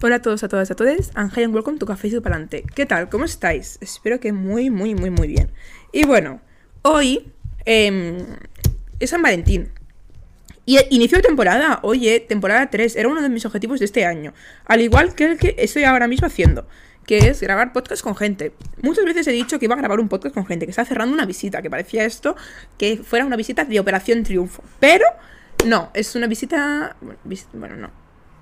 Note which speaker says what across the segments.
Speaker 1: Hola a todos, a todas, a todos. And hi and welcome to Café Superante. ¿Qué tal? ¿Cómo estáis? Espero que muy, muy, muy, muy bien. Y bueno, hoy em, es San Valentín. Y e- inicio de temporada, oye, temporada 3, era uno de mis objetivos de este año. Al igual que el que estoy ahora mismo haciendo, que es grabar podcast con gente. Muchas veces he dicho que iba a grabar un podcast con gente, que estaba cerrando una visita, que parecía esto, que fuera una visita de Operación Triunfo. Pero no, es una visita... Bueno, vis- bueno, no.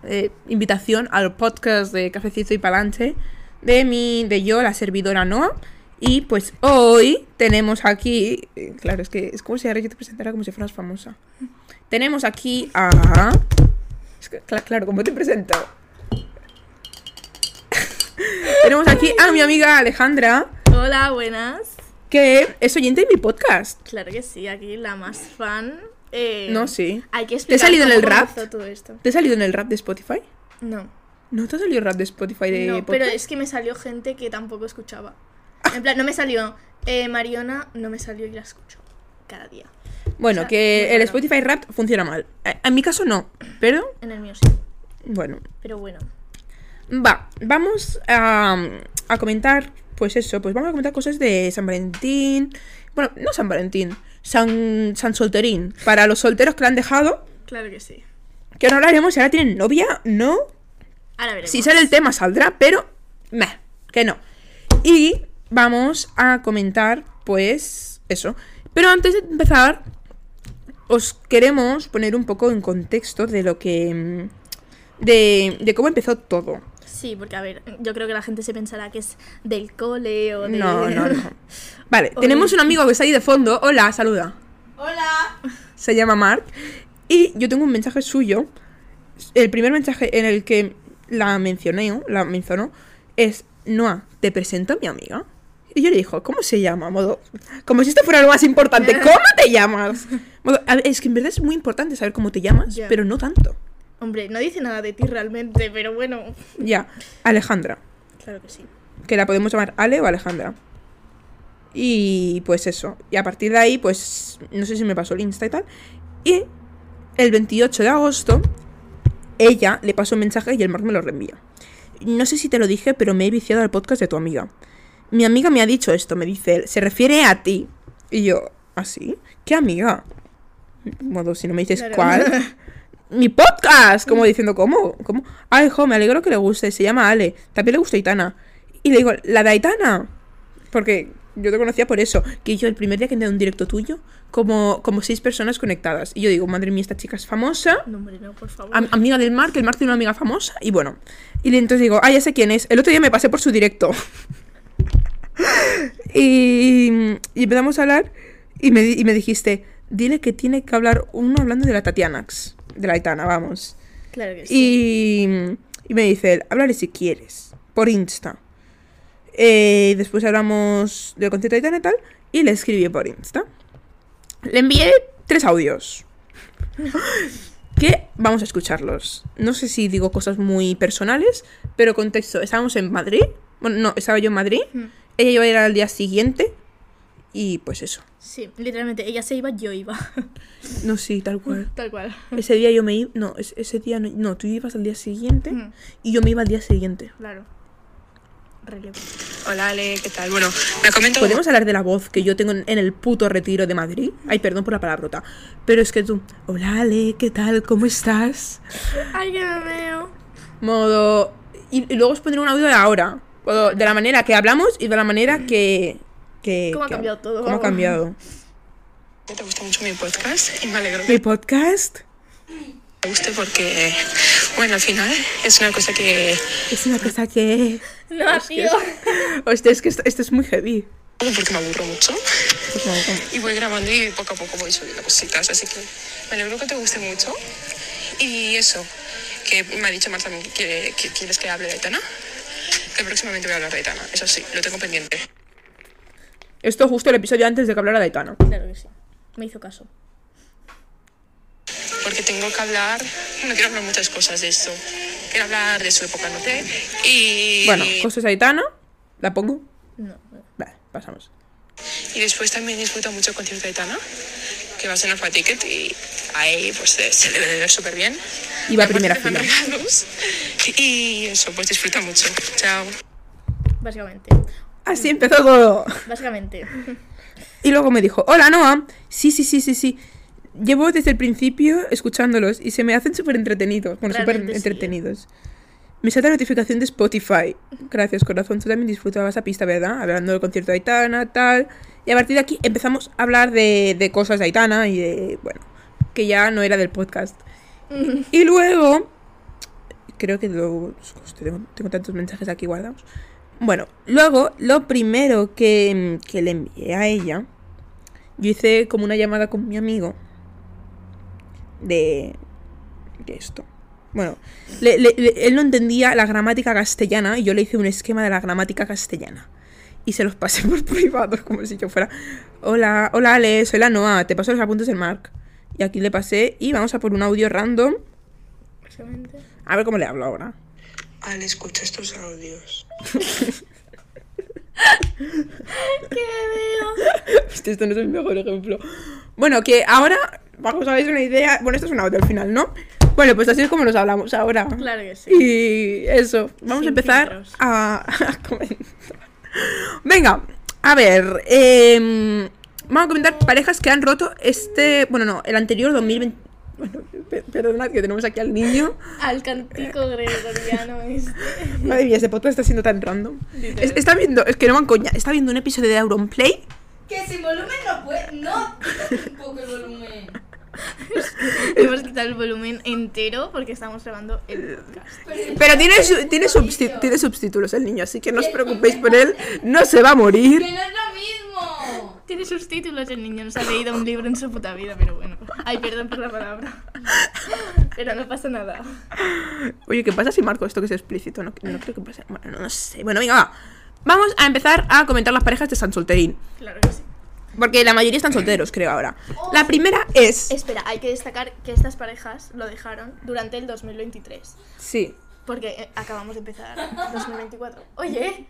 Speaker 1: Eh, invitación al podcast de Cafecito y Palante de mi, de yo, la servidora Noa. Y pues hoy tenemos aquí... eh, Claro, es que es como si ahora yo te presentara como si fueras famosa. Tenemos aquí a. Es que, cla- claro, ¿cómo te presento? Tenemos aquí a mi amiga Alejandra,
Speaker 2: Hola, buenas.
Speaker 1: que es oyente de mi podcast.
Speaker 2: Claro que sí, aquí la más fan. Eh,
Speaker 1: No, sí.
Speaker 2: Hay que
Speaker 1: ¿Te ha
Speaker 2: explicar
Speaker 1: salido en
Speaker 2: cómo
Speaker 1: el rap?
Speaker 2: comenzó todo esto.
Speaker 1: ¿Te ha salido en el rap de Spotify?
Speaker 2: No,
Speaker 1: ¿No te ha salido el rap de Spotify de
Speaker 2: no,
Speaker 1: podcast?
Speaker 2: pero es que me salió gente que tampoco escuchaba. En plan, no me salió eh, Mariona, no me salió y la escucho cada día.
Speaker 1: Bueno,
Speaker 2: o sea,
Speaker 1: que
Speaker 2: no,
Speaker 1: el
Speaker 2: no.
Speaker 1: Spotify rap funciona mal. Eh, En mi caso no, pero
Speaker 2: En el mío sí.
Speaker 1: bueno.
Speaker 2: Pero bueno,
Speaker 1: Va, vamos a, a comentar, pues eso, pues vamos a comentar cosas de San Valentín. Bueno, no San Valentín, San, San Solterín. Para los solteros que la han dejado,
Speaker 2: claro que sí.
Speaker 1: que no hablaremos si ahora tienen novia, no.
Speaker 2: Ahora veremos.
Speaker 1: Si sale el tema saldrá, pero... Meh, que no. Y vamos a comentar, pues, eso. Pero antes de empezar, os queremos poner un poco en contexto de lo que... mm, De, de cómo empezó todo.
Speaker 2: Sí, porque a ver, yo creo que la gente se pensará que es del cole o de...
Speaker 1: No, no, no. Vale,
Speaker 2: Hola.
Speaker 1: tenemos un amigo que está ahí de fondo. Hola, saluda.
Speaker 2: Hola.
Speaker 1: Se llama Mark. Y yo tengo un mensaje suyo. El primer mensaje en el que la mencioné, la mencionó, es Noa, te presento a mi amiga. Y yo le dijo, ¿cómo se llama? Modo, como si esto fuera lo más importante. ¿Cómo te llamas? Modo, a ver, es que en verdad es muy importante saber cómo te llamas,
Speaker 2: Ya.
Speaker 1: pero no tanto.
Speaker 2: Hombre, no dice nada de ti realmente, pero bueno,
Speaker 1: Ya, Alejandra.
Speaker 2: claro que sí.
Speaker 1: que la podemos llamar Ale o Alejandra. Y pues eso. Y a partir de ahí, pues no sé si me pasó el Insta y tal. Y el 28 de agosto, ella le pasó un mensaje y el Mark me lo reenvía. No sé si te lo dije, pero me he viciado al podcast de tu amiga. Mi amiga me ha dicho esto, me dice él. Se refiere a ti. Y yo, ¿así? ¿Qué amiga? Modo, si no me dices
Speaker 2: Claro.
Speaker 1: cuál mi podcast. Como diciendo, ¿cómo? ¿Cómo? Ay, jo, me alegro que le guste. Se llama Ale. También le gusta Aitana. Y le digo, ¿la de Aitana? Porque yo te conocía por eso. Que yo el primer día que entré a un directo tuyo, como, como seis personas conectadas. Y yo digo, madre mía, esta chica es famosa.
Speaker 2: No, hombre, no, por favor.
Speaker 1: am- amiga del Mar, que el Mar tiene una amiga famosa. Y bueno. Y le- entonces digo, ah, ya sé quién es. El otro día me pasé por su directo. y, y empezamos a hablar. Y me, di- y me dijiste, dile que tiene que hablar uno hablando de la Tatianax. De la Aitana, vamos.
Speaker 2: Claro que sí.
Speaker 1: Y, y me dice él, háblale si quieres, por Insta. Eh, después hablamos del concierto de Aitana y tal, y le escribí por Insta. Le envié tres audios. que vamos a escucharlos. No sé si digo cosas muy personales, pero contexto, estábamos en Madrid. Bueno, no, estaba yo en Madrid.
Speaker 2: Mm.
Speaker 1: Ella iba a ir al día siguiente. Y pues eso.
Speaker 2: Sí, literalmente, ella se iba, yo iba.
Speaker 1: No, sí, tal cual.
Speaker 2: Tal cual.
Speaker 1: Ese día yo me iba... No, es- ese día no, no, tú ibas al día siguiente
Speaker 2: Mm.
Speaker 1: y yo me iba al día siguiente.
Speaker 2: Claro. Relevo.
Speaker 3: Hola Ale, ¿qué tal? Bueno, me ha comentado...
Speaker 1: Podemos hablar de la voz que yo tengo en en el puto retiro de Madrid. Ay, perdón por la palabrota. Pero es que tú. Hola, Ale, ¿qué tal? ¿Cómo estás?
Speaker 2: Ay, que me veo.
Speaker 1: Modo. Y, y luego os pondré un audio de ahora. Modo, de la manera que hablamos y de la manera que. que
Speaker 2: ¿Cómo ha
Speaker 1: que-
Speaker 2: cambiado todo?
Speaker 1: ¿Cómo ha
Speaker 2: Vamos.
Speaker 1: cambiado?
Speaker 3: que Te gusta mucho mi podcast y me alegro que
Speaker 1: Mi podcast
Speaker 3: te guste porque, bueno, al final es una cosa que...
Speaker 1: es una cosa que.
Speaker 2: No, tío.
Speaker 1: Hostia, es que esto, esto es muy heavy.
Speaker 3: hago Porque me aburro mucho
Speaker 1: Pues no, como-
Speaker 3: y voy grabando y poco a poco voy subiendo cositas, así que me alegro que te guste mucho. Y eso, que me ha dicho Marta también que, que quieres que hable de Aitana, que próximamente voy a hablar de Aitana, eso sí, lo tengo pendiente.
Speaker 1: Esto justo el episodio antes de que hablara de Aitana.
Speaker 2: Claro que sí. Me hizo caso.
Speaker 3: porque tengo que hablar, no quiero hablar muchas cosas de esto. Quiero hablar de su época, no sé. Y,
Speaker 1: Bueno, cosas de Aitana. ¿La pongo?
Speaker 2: No.
Speaker 1: Vale, pasamos.
Speaker 3: y después también disfruto mucho el concierto de Aitana, que que va a ser Alpha Ticket y ahí pues se, se debe de ver súper bien.
Speaker 1: Y va a
Speaker 3: Aparte
Speaker 1: primera
Speaker 3: te dan
Speaker 1: fila.
Speaker 3: regalos. Y eso, pues disfruta mucho. Chao.
Speaker 2: Básicamente.
Speaker 1: Así empezó todo.
Speaker 2: Básicamente.
Speaker 1: Y luego me dijo, hola Noah. Sí, sí, sí, sí, sí. Llevo desde el principio escuchándolos y se me hacen súper entretenidos. Bueno, súper
Speaker 2: Realmente sí. ¿eh?
Speaker 1: entretenidos. Me salta notificación de Spotify. Gracias, corazón. Tú también disfrutabas esa pista, ¿verdad? Hablando del concierto de Aitana, tal. Y a partir de aquí empezamos a hablar de, de cosas de Aitana y de. Bueno, que ya no era del podcast. Y luego. Creo que luego. hostia, Tengo, tengo tantos mensajes aquí guardados. Bueno, luego, lo primero que, que le envié a ella. Yo hice como una llamada con mi amigo. De. de esto. Bueno, le- le- le- él no entendía la gramática castellana y yo le hice un esquema de la gramática castellana. Y se los pasé por privado, como si yo fuera. Hola, hola Ale, soy la Noa, te paso los apuntes del Mark. Y aquí le pasé y vamos a por un audio random.
Speaker 2: Básicamente.
Speaker 1: A ver cómo le hablo ahora.
Speaker 3: Al escucha estos audios.
Speaker 1: Hostia, Este, esto no es el mejor ejemplo. Bueno, que ahora, para que os hagáis una idea. Bueno, esto es un audio al final, ¿no? Bueno, pues así es como nos hablamos ahora.
Speaker 2: Claro que sí.
Speaker 1: Y eso, vamos a
Speaker 2: Sin
Speaker 1: empezar
Speaker 2: filtros.
Speaker 1: a, a comentar. Venga, a ver. em, vamos a comentar parejas que han roto este. Bueno, no, el anterior 2020. Bueno, pe- perdonad que tenemos aquí al niño.
Speaker 2: Al cantico gregoriano este.
Speaker 1: Madre mía, este podcast está siendo tan random.
Speaker 2: Literal.
Speaker 1: Es- está viendo, es que no van coña, está viendo un episodio de Auronplay.
Speaker 4: Que sin volumen no puede. No, quita un poco el volumen.
Speaker 2: Hemos quitado el volumen entero porque estamos grabando el podcast.
Speaker 1: Pero tiene, su- tiene, substi- tiene subtítulos el niño, así que no os preocupéis por él, no se va a morir.
Speaker 4: Que no es lo mismo.
Speaker 2: Tiene sus títulos el niño, no se ha leído un libro en su puta vida, pero bueno. Ay, perdón por la palabra. Pero no pasa nada.
Speaker 1: Oye, ¿qué pasa si marco esto que es explícito? No, no creo que pase. Bueno, no, no sé. Bueno, venga, va. Vamos a empezar a comentar las parejas de San Solterín.
Speaker 2: Claro que sí.
Speaker 1: Porque la mayoría están solteros, creo ahora. La primera es.
Speaker 2: Espera, hay que destacar que estas parejas lo dejaron durante el 2023.
Speaker 1: Sí.
Speaker 2: Porque eh, acabamos de empezar 2024. Oye,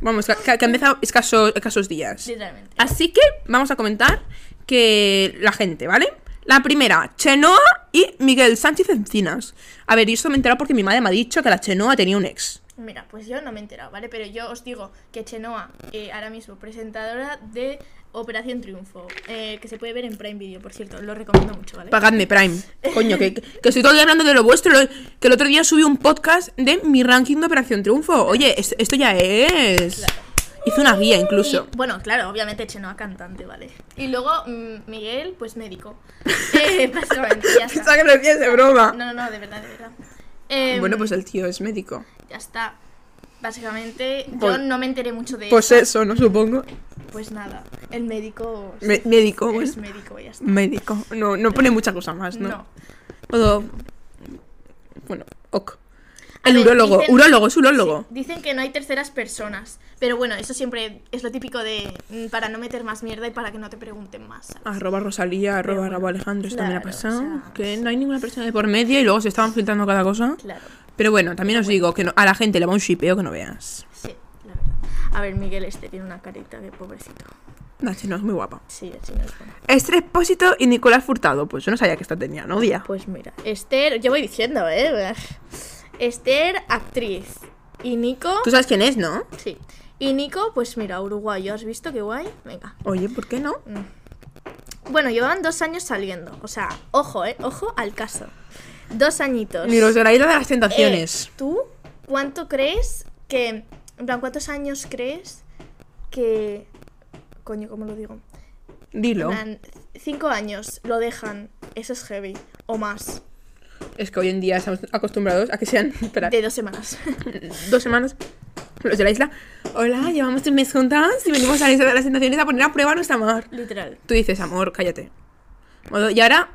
Speaker 1: Vamos, que, que ha empezado escasos, escasos días.
Speaker 2: literalmente.
Speaker 1: Así que vamos a comentar que la gente, ¿vale? La primera, Chenoa y Miguel Sánchez Encinas. A ver, yo esto me he enterado porque mi madre me ha dicho que la Chenoa tenía un ex.
Speaker 2: Mira, pues yo no me he enterado, ¿vale? Pero yo os digo que Chenoa, eh, ahora mismo presentadora de Operación Triunfo, eh, que se puede ver en Prime Video, por cierto, lo recomiendo mucho, ¿vale?
Speaker 1: Pagadme Prime. Coño, que, que- que estoy todo el día hablando de lo vuestro. lo- que el otro día subí un podcast de mi ranking de Operación Triunfo. Oye, es- esto ya es. Hice una guía incluso.
Speaker 2: Y, bueno, claro, obviamente Chenoa cantante, ¿vale? Y luego mm, Miguel, pues médico. Eh, básicamente, ya está.
Speaker 1: Pensaba que lo decías de broma.
Speaker 2: No, no, no, de verdad, de verdad. Eh,
Speaker 1: Bueno, pues el tío es médico.
Speaker 2: Ya está. Básicamente, yo
Speaker 1: Pues-
Speaker 2: eh, no me enteré mucho de
Speaker 1: Pues
Speaker 2: eso.
Speaker 1: eso, ¿no? Supongo.
Speaker 2: Pues nada, el médico...
Speaker 1: Me- médico,
Speaker 2: Es
Speaker 1: pues.
Speaker 2: médico, ya está.
Speaker 1: Médico. No, no pone mucha cosa más, ¿no?
Speaker 2: No.
Speaker 1: Todo- Bueno, ok.
Speaker 2: A
Speaker 1: El
Speaker 2: ver,
Speaker 1: urólogo.
Speaker 2: dicen-
Speaker 1: Urólogo, es urólogo.
Speaker 2: Sí, dicen que no hay terceras personas. Pero bueno, eso siempre es lo típico de. mm, para no meter más mierda y para que no te pregunten más. ¿sabes?
Speaker 1: Arroba Rosalía, arroba
Speaker 2: bueno,
Speaker 1: Rabo Alejandro, esto me la ha
Speaker 2: claro,
Speaker 1: pasado.
Speaker 2: o sea,
Speaker 1: que no hay ninguna persona de por medio y luego se estaban filtrando cada cosa.
Speaker 2: Claro,
Speaker 1: Pero bueno, también os digo que no- a la gente le va un shipeo que no veas.
Speaker 2: sí, la verdad. A ver, Miguel este tiene una carita de pobrecito.
Speaker 1: Nachi no es muy guapa.
Speaker 2: Sí, así no es bueno.
Speaker 1: Esther Expósito y Nicolás Furtado. Pues yo no sabía que esta tenía novia.
Speaker 2: Pues mira, Esther, yo voy diciendo, ¿eh? Esther, actriz. Y Nico.
Speaker 1: Tú sabes quién es, ¿no?
Speaker 2: Sí. Y Nico, pues mira, uruguayo, ¿has visto qué guay? Venga.
Speaker 1: Oye, ¿por qué no?
Speaker 2: Bueno, llevaban dos años saliendo. O sea, ojo, ¿eh? Ojo al caso. Dos añitos.
Speaker 1: Ni los de la isla de las
Speaker 2: Eh,
Speaker 1: tentaciones.
Speaker 2: ¿Tú cuánto crees que. En plan, ¿cuántos años crees que. Coño, ¿cómo lo digo?
Speaker 1: Dilo.
Speaker 2: En plan, cinco años lo dejan. Eso es heavy. O más.
Speaker 1: Es que hoy en día estamos acostumbrados a que sean espera,
Speaker 2: De dos semanas.
Speaker 1: dos semanas los de la isla. Hola, llevamos tres meses juntas y venimos a la isla de las tentaciones a poner a prueba nuestro amor.
Speaker 2: Literal.
Speaker 1: Tú dices, amor, cállate. Modo- Y ahora,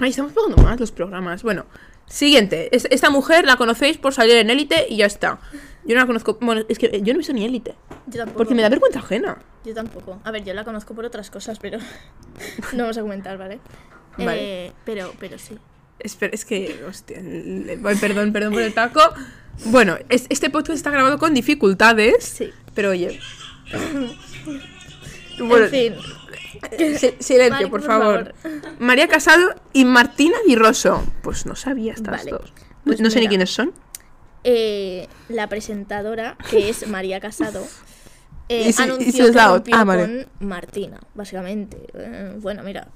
Speaker 1: ahí estamos pagando más los programas. Bueno, siguiente. Es- esta mujer la conocéis por salir en élite y ya está. Yo no la conozco. Bueno, es que eh, yo no he visto ni élite.
Speaker 2: Yo tampoco.
Speaker 1: Porque me da vergüenza ajena.
Speaker 2: Yo tampoco. A ver, yo la conozco por otras cosas, pero. no vamos a comentar, ¿vale?
Speaker 1: Vale.
Speaker 2: Eh, pero, pero sí.
Speaker 1: Espera, es que. Hostia, le- ay, perdón, perdón por el taco. Bueno, es- este podcast está grabado con dificultades.
Speaker 2: Sí.
Speaker 1: Pero oye. Bueno,
Speaker 2: En fin.
Speaker 1: si- silencio,
Speaker 2: Vale,
Speaker 1: por,
Speaker 2: por
Speaker 1: favor.
Speaker 2: favor.
Speaker 1: María Casado y Martina Virroso. Pues no sabía estas
Speaker 2: Vale,
Speaker 1: dos. No-
Speaker 2: pues
Speaker 1: no sé ni
Speaker 2: mira.
Speaker 1: quiénes son.
Speaker 2: Eh, la presentadora, que es María Casado, eh,
Speaker 1: Y si- y si
Speaker 2: anunció
Speaker 1: os
Speaker 2: que
Speaker 1: da ot-
Speaker 2: rompió
Speaker 1: ah, vale.
Speaker 2: con Martina, básicamente. Eh, bueno, mira.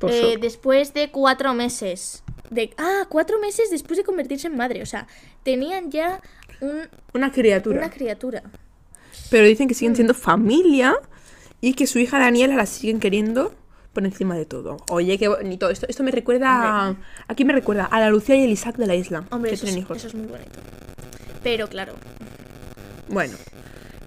Speaker 1: Por
Speaker 2: Eh,
Speaker 1: suerte.
Speaker 2: después de cuatro meses. De, ah, cuatro meses después de convertirse en madre. O sea, tenían ya un-
Speaker 1: Una criatura.
Speaker 2: una Mm. criatura.
Speaker 1: Pero dicen que siguen siendo familia y que su hija Daniela la siguen queriendo por encima de todo. Oye, qué bonito. Esto, esto me recuerda. ¿A quién me recuerda? A la Lucía y el Isaac de la isla.
Speaker 2: Hombre,
Speaker 1: que
Speaker 2: eso es,
Speaker 1: tienen hijos.
Speaker 2: eso es muy bonito. Pero claro,
Speaker 1: Bueno.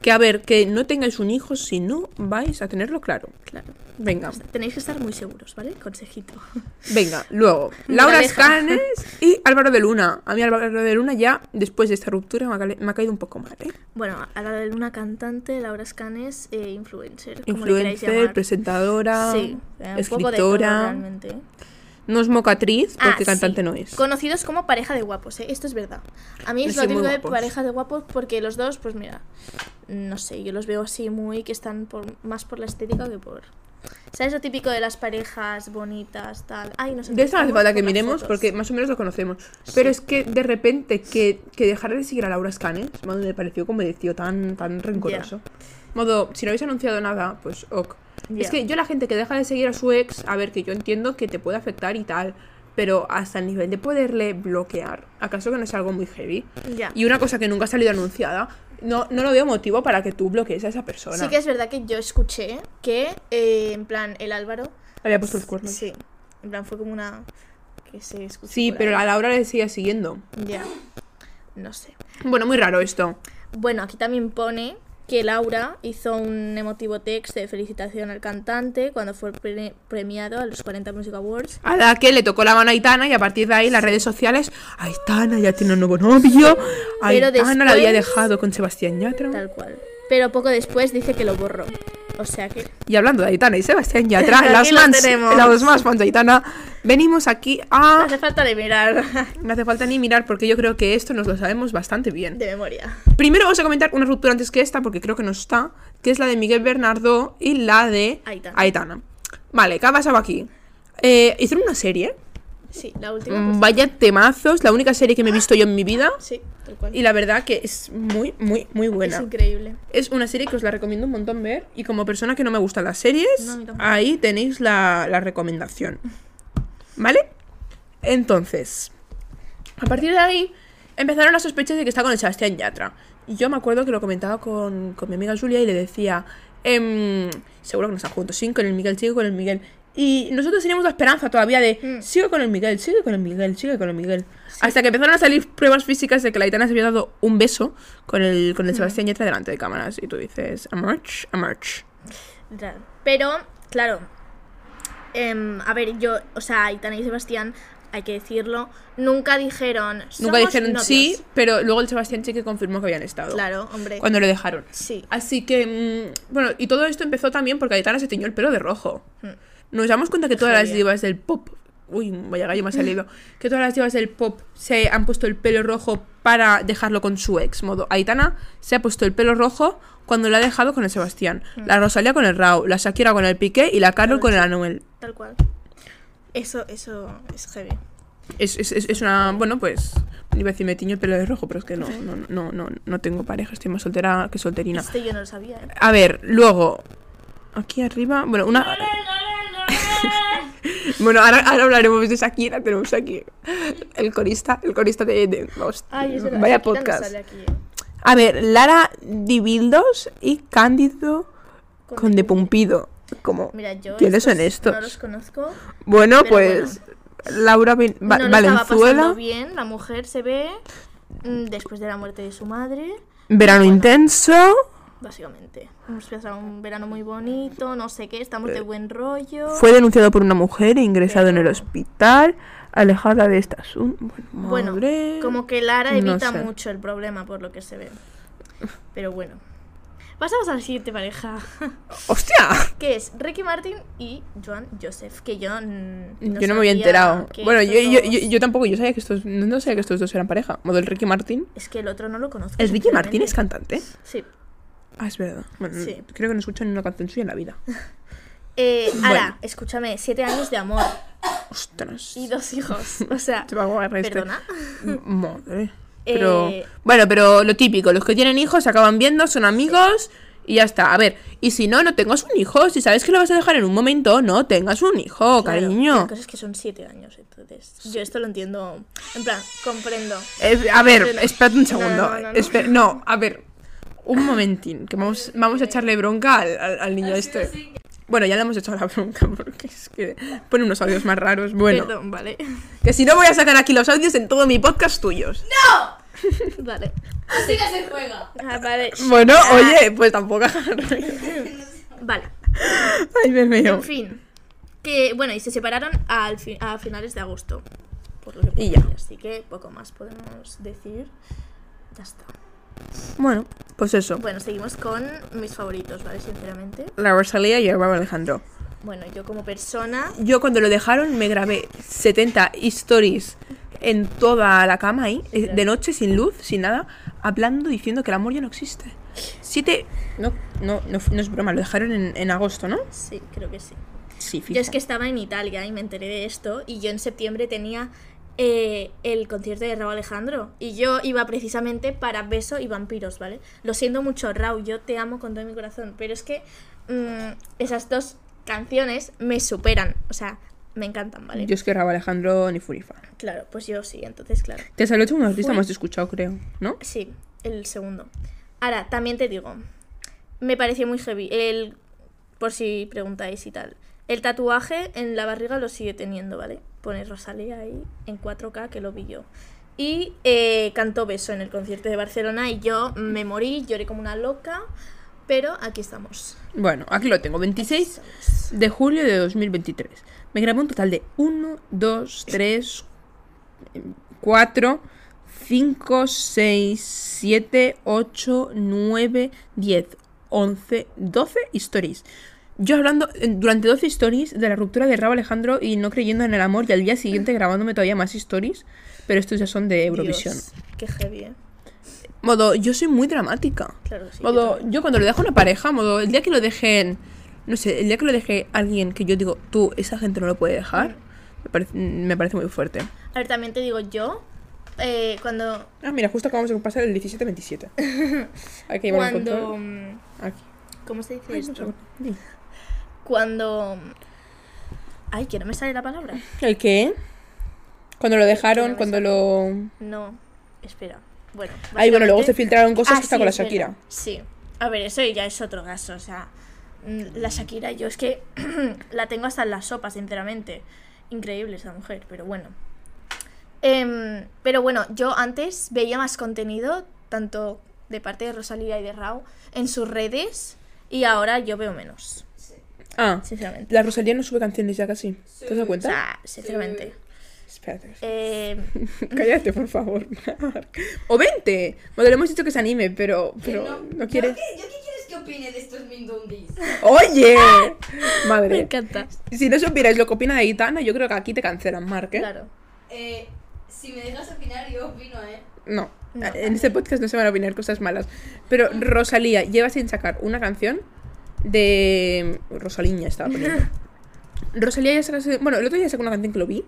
Speaker 1: Que a ver, que no tengáis un hijo si no vais a tenerlo claro.
Speaker 2: claro.
Speaker 1: Venga,
Speaker 2: Tenéis que estar muy seguros, ¿vale? Consejito.
Speaker 1: venga, luego.
Speaker 2: Una
Speaker 1: Laura
Speaker 2: abeja.
Speaker 1: Escanes y Álvaro de Luna. A mí Álvaro de Luna ya, después de esta ruptura, me ha, cale- me ha caído un poco mal, ¿eh?
Speaker 2: Bueno, a la de Luna cantante, Laura Scanes, eh, influencer. como le queráis
Speaker 1: Influencer,
Speaker 2: llamar.
Speaker 1: presentadora,
Speaker 2: Sí, eh, un poco de todo
Speaker 1: escritora.
Speaker 2: realmente.
Speaker 1: no es mocatriz,
Speaker 2: Ah,
Speaker 1: porque
Speaker 2: sí.
Speaker 1: cantante no es.
Speaker 2: Conocidos como pareja de guapos, ¿eh? esto es verdad. A mí
Speaker 1: Yo
Speaker 2: es
Speaker 1: soy
Speaker 2: lo
Speaker 1: muy
Speaker 2: típico de
Speaker 1: guapos.
Speaker 2: pareja de guapos porque los dos, pues mira, no sé, yo los veo así muy que están por, más por la estética que por. ¿Sabes lo típico de las parejas bonitas, tal? Ay, no sé.
Speaker 1: De esta no hace falta que miremos porque más o menos lo conocemos. Pero es que de repente que, que dejar de seguir a Laura Scanes modo, me pareció como decía tan, tan rencoroso. Modo, si no habéis anunciado nada, pues ok. Es
Speaker 2: Ya.
Speaker 1: que yo la gente que deja de seguir a su ex, a ver, que yo entiendo que te puede afectar y tal, pero hasta el nivel de poderle bloquear, ¿acaso que no es algo muy heavy?
Speaker 2: Ya.
Speaker 1: Y una cosa que nunca ha salido anunciada, no, no lo veo motivo para que tú bloquees a esa persona.
Speaker 2: Sí que es verdad que yo escuché que, eh, en plan, el Álvaro.
Speaker 1: Le Había puesto los cuernos. Sí,
Speaker 2: Sí, en plan, fue como una. que se escuchó. por
Speaker 1: pero
Speaker 2: ahí.
Speaker 1: a Laura le seguía siguiendo.
Speaker 2: Ya. No sé.
Speaker 1: Bueno, muy raro esto.
Speaker 2: Bueno, aquí también pone que Laura hizo un emotivo texto de felicitación al cantante cuando fue pre- premiado a los 40 Music Awards.
Speaker 1: a la que le tocó la mano a Aitana y a partir de ahí las redes sociales, Aitana ya tiene un nuevo novio,
Speaker 2: Pero
Speaker 1: Aitana la había
Speaker 2: después-
Speaker 1: dejado con Sebastián Yatra.
Speaker 2: Tal cual. Pero poco después dice que lo borró. O sea que.
Speaker 1: Y hablando de Aitana y Sebastián Yatra,
Speaker 2: Aquí
Speaker 1: las
Speaker 2: lo
Speaker 1: mans,
Speaker 2: tenemos.
Speaker 1: las más fans de Aitana, venimos aquí
Speaker 2: No
Speaker 1: a...
Speaker 2: hace falta de mirar
Speaker 1: No hace falta ni mirar porque yo creo que esto nos lo sabemos bastante bien.
Speaker 2: de memoria.
Speaker 1: Primero vamos a comentar una ruptura antes que esta, porque creo que no está, que es la de Miguel Bernardo y la de
Speaker 2: Aitana.
Speaker 1: Vale, ¿qué ha pasado aquí? Eh, hicieron una serie,
Speaker 2: Sí, la última. pues,
Speaker 1: Mm, vaya temazos, la única serie que me he visto yo en mi vida.
Speaker 2: sí, tal cual.
Speaker 1: Y la verdad que es muy, muy, muy
Speaker 2: es
Speaker 1: buena.
Speaker 2: increíble.
Speaker 1: Es una serie que os la recomiendo un montón ver. Y como persona que no me gustan las series,
Speaker 2: No, a mí tampoco.
Speaker 1: ahí tenéis la, la recomendación. ¿Vale? Entonces, a partir de ahí empezaron las sospechas de que está con el Sebastián Yatra. Y yo me acuerdo que lo comentaba con, con mi amiga Julia y le decía: em, Seguro que no están juntos, sí, con el Miguel, sigue con el Miguel. Y nosotros teníamos la esperanza todavía de:
Speaker 2: Mm.
Speaker 1: Sigue con el Miguel, sigue con el Miguel, sigue con el Miguel. Hasta que empezaron a salir pruebas físicas de que la Aitana se había dado un beso con el,
Speaker 2: Mm.
Speaker 1: con el Sebastián Yatra delante de cámaras. Y tú dices: A march, a march.
Speaker 2: Claro. Pero, claro. em, a ver, yo, o sea, Aitana y Sebastián, hay que decirlo, nunca dijeron.
Speaker 1: Nunca
Speaker 2: "Somos
Speaker 1: dijeron
Speaker 2: novios".
Speaker 1: sí, pero luego el Sebastián sí que confirmó que habían estado.
Speaker 2: Claro, hombre.
Speaker 1: Cuando Ah. lo dejaron.
Speaker 2: Sí.
Speaker 1: Así que, mm, bueno, y todo esto empezó también porque Aitana se teñió el pelo de rojo. Nos damos cuenta que todas las
Speaker 2: Joder.
Speaker 1: divas del pop, uy, vaya gallo me ha salido, que todas las divas del pop se han puesto el pelo rojo para dejarlo con su ex. Modo, Aitana se ha puesto el pelo rojo cuando lo ha dejado con el Sebastián, la Rosalía con el Rao, la Shakira con el Piqué y la Carol con el Anuel.
Speaker 2: Tal cual. Eso, eso es heavy.
Speaker 1: Es, es- es- es una. Bueno, pues. Iba a decir, me tiño el pelo de rojo, pero es que no, no, no, no, no tengo pareja, estoy más soltera que solterina.
Speaker 2: Esto yo no lo sabía, ¿eh?
Speaker 1: A ver, luego. Aquí arriba. Bueno, una. bueno, ahora, ahora hablaremos de Shakira. Tenemos aquí el corista. El corista de. de- host-
Speaker 2: este
Speaker 1: vaya podcast.
Speaker 2: eh.
Speaker 1: A ver, Lara Dibildos y Cándido
Speaker 2: Con
Speaker 1: con Depumpido. Como,
Speaker 2: Mira, yo
Speaker 1: ¿Quiénes son
Speaker 2: No los
Speaker 1: estos?
Speaker 2: conozco.
Speaker 1: Bueno,
Speaker 2: pero
Speaker 1: pues. Laura Vin- Va-
Speaker 2: no lo estaba
Speaker 1: Valenzuela.
Speaker 2: pasando bien. La mujer se ve mm, después de la muerte de su madre,
Speaker 1: Verano intenso.
Speaker 2: básicamente. Hemos pasado un verano muy bonito, no sé qué, estamos de buen rollo.
Speaker 1: Eh, Fue denunciado por una mujer e ingresado en el
Speaker 2: Pero-
Speaker 1: hospital, alejada de esta asun- Bueno,
Speaker 2: bueno,
Speaker 1: madre.
Speaker 2: como que Lara
Speaker 1: No
Speaker 2: evita
Speaker 1: sé.
Speaker 2: mucho el problema por lo que se ve. Pero bueno. Pasamos a la siguiente pareja.
Speaker 1: ¡Hostia!
Speaker 2: que es Ricky Martin y Joan Joseph, que yo mm,
Speaker 1: yo no me había
Speaker 2: sabía
Speaker 1: enterado.
Speaker 2: que
Speaker 1: Bueno, yo,
Speaker 2: estos
Speaker 1: yo,
Speaker 2: dos-
Speaker 1: yo- yo tampoco, yo sabía que estos. No, no sabía que estos dos eran pareja. Modo el Ricky Martin.
Speaker 2: Es que el otro no lo conozco.
Speaker 1: ¿El Ricky Martin
Speaker 2: sinceramente.
Speaker 1: es cantante?
Speaker 2: Sí.
Speaker 1: Ah, es verdad. Bueno, no-
Speaker 2: Sí.
Speaker 1: creo que no escucho ni una canción suya en la vida.
Speaker 2: Eh,
Speaker 1: Bueno.
Speaker 2: Ala, escúchame, siete años de amor
Speaker 1: Ostras.
Speaker 2: y dos hijos. O sea,
Speaker 1: Se va a agarrar este.
Speaker 2: perdona.
Speaker 1: Madre. Pero.
Speaker 2: Eh,
Speaker 1: Bueno, pero lo típico, los que tienen hijos se acaban viendo, son amigos y ya está. A ver, y si no, no tengas un hijo. Si sabes que lo vas a dejar en un momento, no tengas un hijo,
Speaker 2: Claro,
Speaker 1: cariño.
Speaker 2: La cosa es que son siete años, entonces. Yo esto lo entiendo. En plan, comprendo.
Speaker 1: Eh, a ver,
Speaker 2: Pero-
Speaker 1: espérate un
Speaker 2: no,
Speaker 1: segundo.
Speaker 2: no, no, no.
Speaker 1: Espe- no, a ver. Un momentín, que vamos, vamos a echarle bronca al, al- al niño este. Bueno, ya le hemos echado la bronca porque es que pone unos audios más raros. Bueno,
Speaker 2: Perdón, vale.
Speaker 1: que si no voy a sacar aquí los audios en todo mi podcast tuyos.
Speaker 2: vale.
Speaker 4: Así que se juega.
Speaker 2: Ah, vale.
Speaker 1: Bueno, oye, pues tampoco. Ay,
Speaker 2: Vale.
Speaker 1: me meo.
Speaker 2: En fin. Que, bueno, y se separaron al fi- a finales de agosto. Por lo que
Speaker 1: Y
Speaker 2: puedo
Speaker 1: ya.
Speaker 2: decir, Así que poco más podemos decir. Ya está.
Speaker 1: Bueno, pues eso.
Speaker 2: Bueno, seguimos con mis favoritos, ¿vale? Sinceramente.
Speaker 1: La Rosalía y el Raúl Alejandro.
Speaker 2: Bueno, yo como persona.
Speaker 1: Yo cuando lo dejaron me grabé 70 stories en toda la cama ahí, eh, de noche, sin luz, sin nada, hablando, diciendo que el amor ya no existe. Siete... No, no, no, no es broma, lo dejaron en, en agosto, ¿no?
Speaker 2: Sí, creo que sí.
Speaker 1: Sí, fijo.
Speaker 2: Yo es que estaba en Italia y me enteré de esto y yo en septiembre tenía eh, el concierto de Raúl Alejandro y yo iba precisamente para Beso y Vampiros, ¿vale? Lo siento mucho, Raúl, yo te amo con todo mi corazón, pero es que mm, esas dos canciones me superan, o sea, me encantan, ¿vale?
Speaker 1: Yo es que Raúl Alejandro ni Furifa.
Speaker 2: Claro, pues yo sí, entonces, claro.
Speaker 1: Te salió el segundo artista
Speaker 2: Fui-
Speaker 1: más escuchado, creo, ¿no?
Speaker 2: Sí, el segundo. Ahora, también te digo, me pareció muy heavy. El, por si preguntáis y tal. El tatuaje en la barriga lo sigue teniendo, ¿vale? Pone Rosalía ahí en 4K, que lo vi yo. Y eh, cantó Beso en el concierto de Barcelona y yo me morí, lloré como una loca, pero aquí estamos.
Speaker 1: Bueno, aquí lo tengo, 26 de julio de 2023. Me grabé un total de 1, 2, 3, 4, 5, 6, 7, 8, 9, 10, 11, 12 stories. Yo hablando eh, durante 12 stories de la ruptura de Raúl Alejandro y no creyendo en el amor, y al día siguiente grabándome todavía más stories, pero estos ya son de Eurovisión.
Speaker 2: Dios, qué heavy, ¿eh?
Speaker 1: Modo, yo soy muy dramática.
Speaker 2: Claro que sí. yo
Speaker 1: Modo,
Speaker 2: también.
Speaker 1: yo, cuando lo dejo a una pareja, modo, el día que lo dejen, no sé, el día que lo deje alguien que yo digo, tú, esa gente no lo puede dejar, me parece, me parece muy fuerte.
Speaker 2: A ver, también te digo yo, eh, cuando...
Speaker 1: Ah, mira, justo acabamos de pasar el 17-27. Hay que llevar un
Speaker 2: Cuando...
Speaker 1: control.
Speaker 2: mm,
Speaker 1: Aquí.
Speaker 2: ¿Cómo se dice
Speaker 1: Ay, no
Speaker 2: esto?
Speaker 1: sé por qué.
Speaker 2: cuando... Ay, que no me sale la palabra.
Speaker 1: ¿El qué? Cuando lo dejaron,
Speaker 2: Cuando
Speaker 1: cuando lo...
Speaker 2: No, espera. Bueno.
Speaker 1: Ay, bueno, luego se
Speaker 2: básicamente-
Speaker 1: filtraron cosas que está
Speaker 2: Ah, sí,
Speaker 1: con la
Speaker 2: es verdad.
Speaker 1: Shakira.
Speaker 2: Sí. A ver, eso ya es otro caso. O sea, mm, la Shakira yo es que la tengo hasta en la sopa, sinceramente. Increíble esa mujer, pero bueno. Em, pero bueno, yo antes veía más contenido, tanto de parte de Rosalía y de Rao, en sus redes. Y ahora yo veo menos,
Speaker 1: Ah,
Speaker 2: sinceramente.
Speaker 1: la Rosalía no sube canciones ya casi. ¿Te has dado
Speaker 2: O
Speaker 1: cuenta?
Speaker 2: sea, sinceramente.
Speaker 1: Espérate.
Speaker 2: Em,
Speaker 1: Cállate, por favor. Marc. o vente. Bueno, le hemos dicho que se anime, pero,
Speaker 4: Que
Speaker 1: pero
Speaker 4: no-
Speaker 1: no quiere.
Speaker 4: ¿Yo qué, yo qué quieres que opine de estos mindundis?
Speaker 1: ¡Oye!
Speaker 2: me
Speaker 1: Madre.
Speaker 2: encanta.
Speaker 1: Si no supierais lo que opina de Gitana, yo creo que aquí te cancelan, Marc, ¿eh?
Speaker 2: Claro.
Speaker 4: Eh, si me dejas opinar, yo opino, ¿eh?
Speaker 1: No.
Speaker 2: No. Ah.
Speaker 1: En este podcast no se van a opinar cosas malas. Pero Rosalía lleva sin sacar una canción de. Rosaliña estaba poniendo. em, Rosalía ya sacó. Bueno, el otro día sacó una canción que lo vi.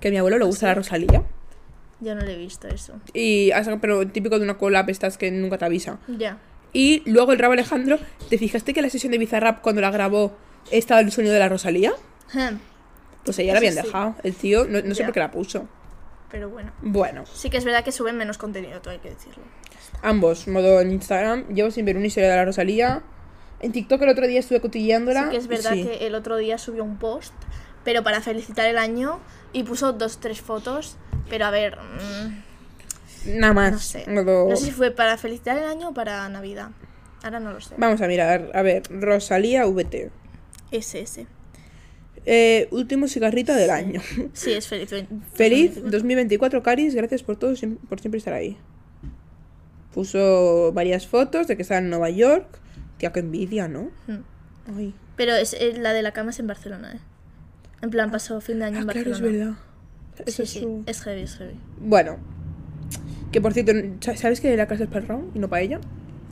Speaker 1: Que a mi abuelo le gusta la Rosalía.
Speaker 2: Yo no le he visto eso.
Speaker 1: Y ha sacado- pero típico de una collab estas que nunca te avisa.
Speaker 2: Ya.
Speaker 1: Y luego el Rabo Alejandro, ¿te fijaste que la sesión de Bizarrap cuando la grabó estaba el sonido de la Rosalía?
Speaker 2: Hem.
Speaker 1: Pues ella la habían
Speaker 2: Eso sí.
Speaker 1: dejado. El tío, no, no sé
Speaker 2: Ya.
Speaker 1: por qué la puso.
Speaker 2: Pero bueno.
Speaker 1: Bueno,
Speaker 2: Sí que es verdad que suben menos contenido, todo hay que decirlo.
Speaker 1: ambos, modo en Instagram, llevo sin ver una historia de la Rosalía. En TikTok el otro día estuve cotilleándola.
Speaker 2: Sí que es verdad
Speaker 1: sí.
Speaker 2: que el otro día subió un post, pero para felicitar el año y puso dos, tres fotos, pero a ver, mm,
Speaker 1: Nada más.
Speaker 2: no sé.
Speaker 1: modo-
Speaker 2: No sé si fue para felicitar el año o para Navidad. Ahora no lo sé.
Speaker 1: Vamos a mirar, a ver, Rosalía VT.
Speaker 2: Ese, ese.
Speaker 1: Eh, último cigarrito del año.
Speaker 2: Sí, es feliz.
Speaker 1: Feliz 2024, Caris. Gracias por todo, siem- por siempre estar ahí. Puso varias fotos de que estaba en Nueva York. Tía, qué envidia, ¿no?
Speaker 2: Mm.
Speaker 1: Ay.
Speaker 2: Pero es, eh, la de la cama es en Barcelona, ¿eh? En plan, pasó fin de año
Speaker 1: Ah,
Speaker 2: en
Speaker 1: claro,
Speaker 2: Barcelona.
Speaker 1: es verdad.
Speaker 2: Sí,
Speaker 1: Eso es
Speaker 2: sí,
Speaker 1: su-
Speaker 2: es heavy, es heavy.
Speaker 1: Bueno. Que por cierto, ¿sa- ¿sabes que la casa es para Raúl y no para ella?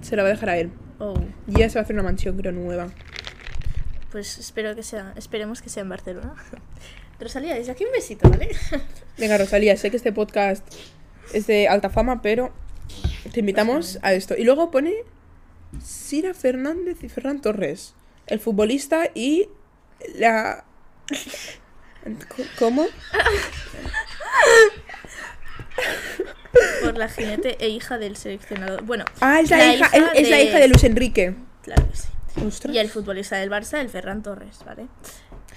Speaker 1: Se la va a dejar a él.
Speaker 2: Oh,
Speaker 1: Y ya se va a hacer una mansión, creo, nueva.
Speaker 2: pues espero que sea, esperemos que sea en Barcelona. Rosalía, desde aquí un besito, ¿vale?
Speaker 1: Venga, Rosalía, sé que este podcast es de alta fama, pero te invitamos a esto. Y luego pone Sira Fernández y Ferran Torres, el futbolista y la... ¿Cómo?
Speaker 2: Por la jinete e hija del seleccionador. Bueno,
Speaker 1: Ah, es la, hija, es, es la hija de Luis Enrique.
Speaker 2: Claro que sí.
Speaker 1: Ostras.
Speaker 2: Y el futbolista del Barça, el Ferran Torres, ¿vale?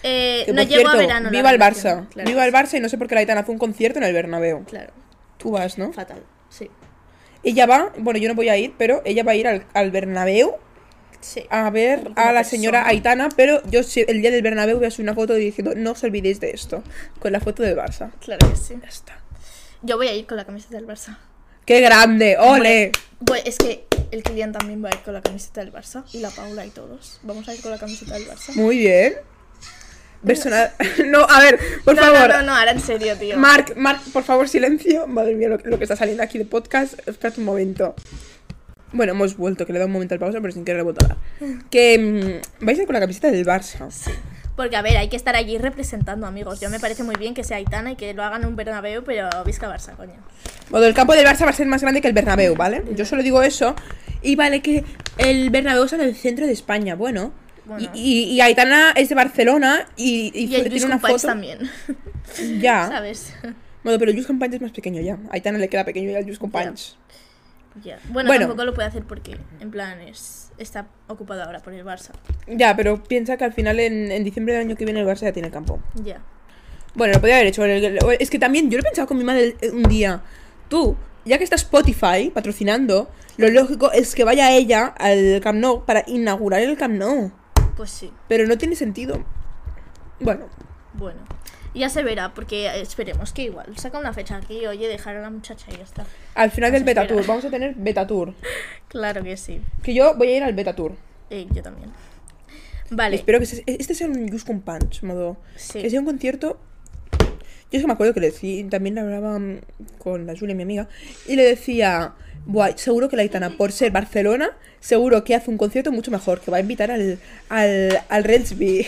Speaker 2: Eh,
Speaker 1: Que,
Speaker 2: no
Speaker 1: por
Speaker 2: llegó a
Speaker 1: cierto,
Speaker 2: verano. la
Speaker 1: Viva el
Speaker 2: relación,
Speaker 1: Barça.
Speaker 2: claro.
Speaker 1: Viva el Barça y no sé por qué la Aitana hace un concierto en el Bernabéu.
Speaker 2: Claro,
Speaker 1: Tú vas, ¿no?
Speaker 2: fatal, sí.
Speaker 1: Ella va, bueno, yo no voy a ir, pero ella va a ir al, al Bernabéu
Speaker 2: Sí.
Speaker 1: a ver
Speaker 2: Como
Speaker 1: a la señora
Speaker 2: persona.
Speaker 1: Aitana, pero yo sí- el día del Bernabéu voy a subir una foto diciendo no os olvidéis de esto, con la foto del Barça.
Speaker 2: Claro que sí.
Speaker 1: Ya está.
Speaker 2: Yo voy a ir con la camiseta del Barça.
Speaker 1: ¡Qué grande! ¡Ole!
Speaker 2: Voy- es que el Kylian también va a ir con la camiseta del Barça. Y la Paula y todos. Vamos a ir con la camiseta del Barça.
Speaker 1: Muy bien. Persona- No, a ver, por
Speaker 2: no,
Speaker 1: favor.
Speaker 2: No, no, no, ahora en serio, tío.
Speaker 1: Mark, Mark, por favor, silencio. Madre mía, lo, lo que está saliendo aquí de podcast. Espérate un momento. Bueno, hemos vuelto, que le da un momento al pausa, pero sin querer le he vuelto a dar. Que mm, vais a ir con la camiseta del Barça.
Speaker 2: Porque, a ver, hay que estar allí representando, amigos. Yo me parece muy bien que sea Aitana y que lo hagan en un Bernabéu, pero visca Barça, coño.
Speaker 1: Bueno, el campo del Barça va a ser más grande que el Bernabéu, ¿vale? Yo solo digo eso. Y vale que el Bernabéu está en el centro de España, bueno.
Speaker 2: Bueno.
Speaker 1: Y, y- y Aitana es de Barcelona y, y
Speaker 2: Y el Luis
Speaker 1: tiene una
Speaker 2: Companys
Speaker 1: foto. Ah.
Speaker 2: también,
Speaker 1: Ya.
Speaker 2: ¿sabes?
Speaker 1: Bueno, pero el Jus Companys es más pequeño ya. A Aitana le queda pequeño ya el Jus Companys.
Speaker 2: Ya. Bueno,
Speaker 1: Bueno.
Speaker 2: tampoco lo puede hacer porque, en plan, es, está ocupado ahora por el Barça.
Speaker 1: Ya, pero piensa que al final en, en diciembre del año que viene el Barça ya tiene campo.
Speaker 2: Ya.
Speaker 1: Bueno, lo podía haber hecho. el- el- Es que también yo lo he pensado con mi madre el- un día. Tú, ya que está Spotify patrocinando, lo lógico es que vaya ella al Camp Nou para inaugurar el Camp Nou.
Speaker 2: Pues sí,
Speaker 1: Pero no tiene sentido. Bueno,
Speaker 2: bueno. Ya se verá, porque eh, esperemos que igual saca una fecha aquí, oye, dejar a la muchacha y ya está.
Speaker 1: al final
Speaker 2: Nos
Speaker 1: del Beta
Speaker 2: espera.
Speaker 1: Tour, vamos a tener Beta Tour.
Speaker 2: Claro que sí.
Speaker 1: Que yo voy a ir al Beta Tour.
Speaker 2: Eh, yo también. Vale.
Speaker 1: Espero que se- este sea un Just con Punch, modo.
Speaker 2: Sí.
Speaker 1: Que sea un concierto. Yo es que me acuerdo que le decía, también hablaba mm, con la Julia, mi amiga, y le decía, Buah, seguro que la Aitana, por ser Barcelona, seguro que hace un concierto mucho mejor, que va a invitar al, al, al Relsby,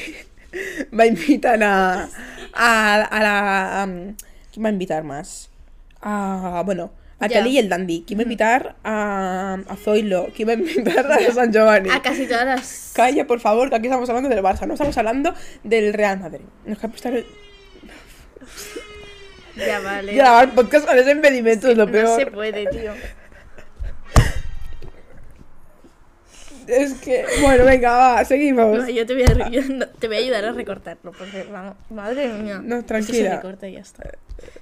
Speaker 1: va a invitar a, a, a la... am, ¿Quién va a invitar más? A, bueno, a
Speaker 2: Ya.
Speaker 1: Cali y el Dandy, ¿quién va a invitar a, a Zoilo? ¿Quién va a invitar a San Giovanni?
Speaker 2: A casi todas las...
Speaker 1: Calla, por favor, que aquí estamos hablando del Barça, no estamos hablando del Real Madrid. Nos que apostar el-
Speaker 2: Ya vale.
Speaker 1: grabar podcast con ese impedimento es lo
Speaker 2: No se
Speaker 1: peor.
Speaker 2: puede, tío.
Speaker 1: Es que, bueno, venga, va, seguimos.
Speaker 2: No, yo te voy, a,
Speaker 1: ah.
Speaker 2: re- yo no- te voy a ayudar a recortarlo, porque vamos, madre mía.
Speaker 1: No,
Speaker 2: Eso
Speaker 1: tranquila.
Speaker 2: se recorta y ya está.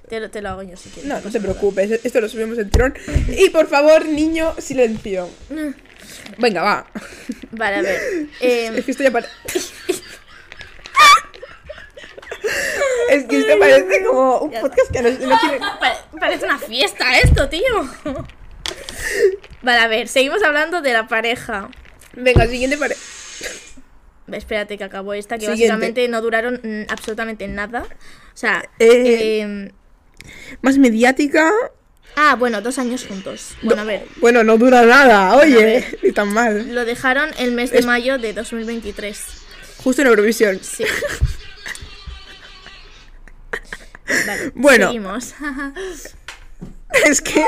Speaker 2: Te lo, te lo hago yo si quieres.
Speaker 1: No, no
Speaker 2: pasa
Speaker 1: te
Speaker 2: nada.
Speaker 1: preocupes, esto lo subimos en tirón. Y por favor, niño, silencio. Venga, va.
Speaker 2: Vale, a ver. em,
Speaker 1: Es que esto ya pare- Es que esto parece como un
Speaker 2: Ya
Speaker 1: podcast que no, no tiene...
Speaker 2: Pa- Parece una fiesta esto, tío. Vale, a ver, seguimos hablando de la pareja.
Speaker 1: Venga, siguiente pare...
Speaker 2: Espérate que acabó esta, que
Speaker 1: Siguiente.
Speaker 2: básicamente no duraron mm, absolutamente nada. O sea,
Speaker 1: Eh.
Speaker 2: em,
Speaker 1: Más mediática...
Speaker 2: ah, bueno, dos años juntos. Bueno, a ver,
Speaker 1: Bueno, no dura nada, oye,
Speaker 2: ver.
Speaker 1: ni tan mal.
Speaker 2: lo dejaron el mes de
Speaker 1: Es-
Speaker 2: mayo de 2023.
Speaker 1: Justo en Eurovisión.
Speaker 2: Sí. Vale,
Speaker 1: Bueno.
Speaker 2: seguimos.
Speaker 1: Es que.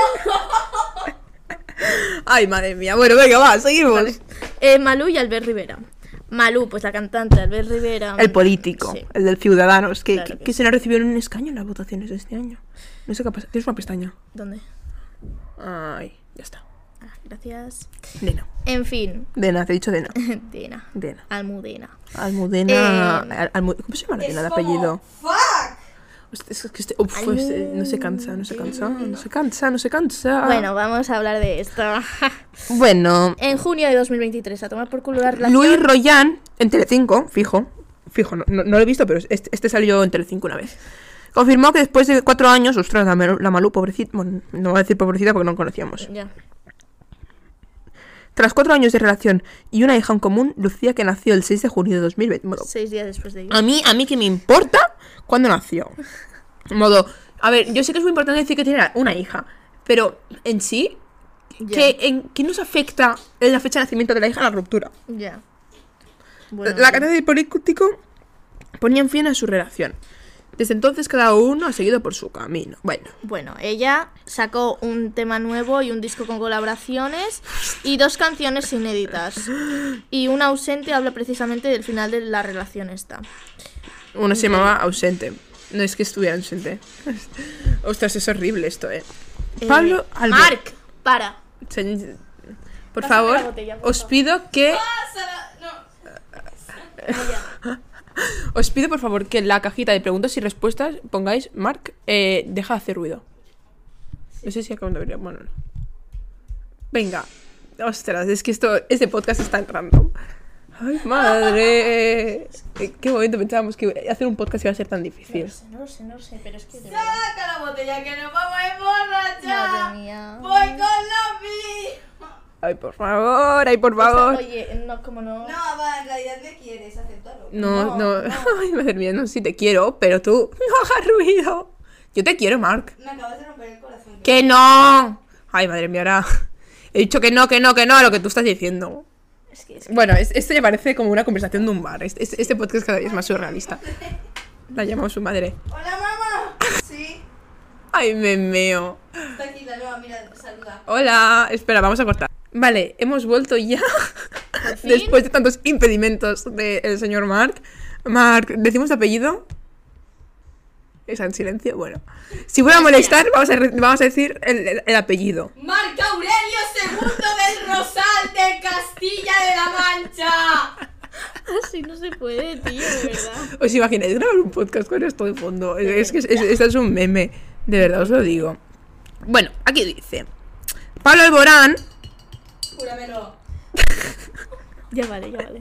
Speaker 1: Ay, madre mía. Bueno, venga, va, seguimos.
Speaker 2: Eh, Malú y Albert Rivera. Malú, pues la cantante Albert Rivera.
Speaker 1: El político,
Speaker 2: Sí.
Speaker 1: el del Ciudadanos, que,
Speaker 2: Claro
Speaker 1: que,
Speaker 2: que
Speaker 1: que se le recibió un escaño en las votaciones de este año. No sé qué ha pasado. Tienes Pues, una pestaña.
Speaker 2: ¿Dónde?
Speaker 1: Ay, ya está.
Speaker 2: Ah, gracias.
Speaker 1: Dena.
Speaker 2: En fin,
Speaker 1: Dena, te he dicho Dena.
Speaker 2: Dena.
Speaker 1: Dena.
Speaker 2: Almudena.
Speaker 1: Almudena.
Speaker 2: Eh,
Speaker 1: Al- Almu- ¿Cómo se llama la
Speaker 4: Es
Speaker 1: Dena de
Speaker 4: como,
Speaker 1: apellido?
Speaker 4: ¡Fuck!
Speaker 1: Hostia, Es que este, uf, este no se cansa, no se cansa, no se cansa, no se cansa.
Speaker 2: Bueno, vamos a hablar de esto.
Speaker 1: bueno.
Speaker 2: en junio de 2023, a tomar por culo la relación.
Speaker 1: Luis Royan, en Telecinco, fijo, fijo, no, no- no lo he visto, pero este, este salió en Telecinco una vez. Confirmó que después de cuatro años, ostras, la, Mel- la Malú, pobrecita, bueno, no voy a decir pobrecita porque no la conocíamos.
Speaker 2: Ya.
Speaker 1: Tras cuatro años de relación y una hija en común, Lucía, que nació el 6 de junio de 2020. Bueno,
Speaker 2: Seis días después de ello.
Speaker 1: a mí, a mí que me importa cuándo nació. Modo, a ver, yo sé que es muy importante decir que tiene una hija, pero en sí,
Speaker 2: Ya.
Speaker 1: que, en, que nos afecta en la fecha de nacimiento de la hija la ruptura.
Speaker 2: Ya. Bueno,
Speaker 1: la cátedra del político ponía fin a su relación. Desde entonces cada uno ha seguido por su camino. Bueno,
Speaker 2: bueno, ella sacó un tema nuevo y un disco con colaboraciones y dos canciones inéditas. Y un ausente habla precisamente del final de la relación esta.
Speaker 1: uno se llamaba ausente. No es que estuviera ausente. Ostras, es horrible esto, eh.
Speaker 2: Eh,
Speaker 1: Pablo Albo-
Speaker 2: Marc, para.
Speaker 1: Señ- Por
Speaker 2: Pásame
Speaker 1: favor,
Speaker 2: la botella, por
Speaker 1: os
Speaker 2: favor.
Speaker 1: pido que
Speaker 4: Pásala. Ah, No.
Speaker 1: os pido por favor que en la cajita de preguntas y respuestas pongáis Mark eh, deja de hacer ruido. No sé si acabo de abrir. Bueno, no. venga. Ostras, es que esto, este podcast está en random. Ay, madre. ¿En qué momento pensábamos que hacer un podcast iba a ser tan difícil?
Speaker 2: No lo sé, no lo sé, pero es que de verdad.
Speaker 4: Saca la botella que nos vamos a emborrachar.
Speaker 2: Madre mía.
Speaker 4: Voy con la firma.
Speaker 1: Ay, por favor, ay, por favor.
Speaker 2: Oye, no, como no.
Speaker 4: No, va, en realidad me quieres, aceptarlo.
Speaker 1: No, no.
Speaker 2: no,
Speaker 1: Ay, madre mía, no, sí te quiero, pero tú no hagas ruido. Yo te quiero, Mark.
Speaker 4: Me acabas de romper el corazón.
Speaker 1: ¡Que no! Ay, madre mía, ahora. He dicho que no, que no, que no a lo que tú estás diciendo.
Speaker 2: Es que es.
Speaker 1: Bueno, es- esto ya parece como una conversación de un bar. Este, este- este podcast cada día es más surrealista. La llamamos su madre.
Speaker 4: Hola, mamá. Sí,
Speaker 1: Ay, me meo.
Speaker 4: está aquí la nueva, mira, saluda.
Speaker 1: Hola. Espera, vamos a cortar. Vale, hemos vuelto ya.
Speaker 2: fin.
Speaker 1: Después de tantos impedimentos del señor Mark. Mark, ¿decimos tu apellido? Está en silencio. Bueno. Si voy a molestar, vamos a, re- vamos a decir el- el- el apellido.
Speaker 4: Marco Aurelio II del Rosal de Castilla de la Mancha.
Speaker 2: Así no se puede, tío, de verdad.
Speaker 1: ¿Os imagináis grabar un podcast con esto de fondo? Es, es que es- es- esto es un meme, de verdad os lo digo. Bueno, aquí dice: Pablo Alborán,
Speaker 4: Júramelo.
Speaker 2: Ya vale, ya vale.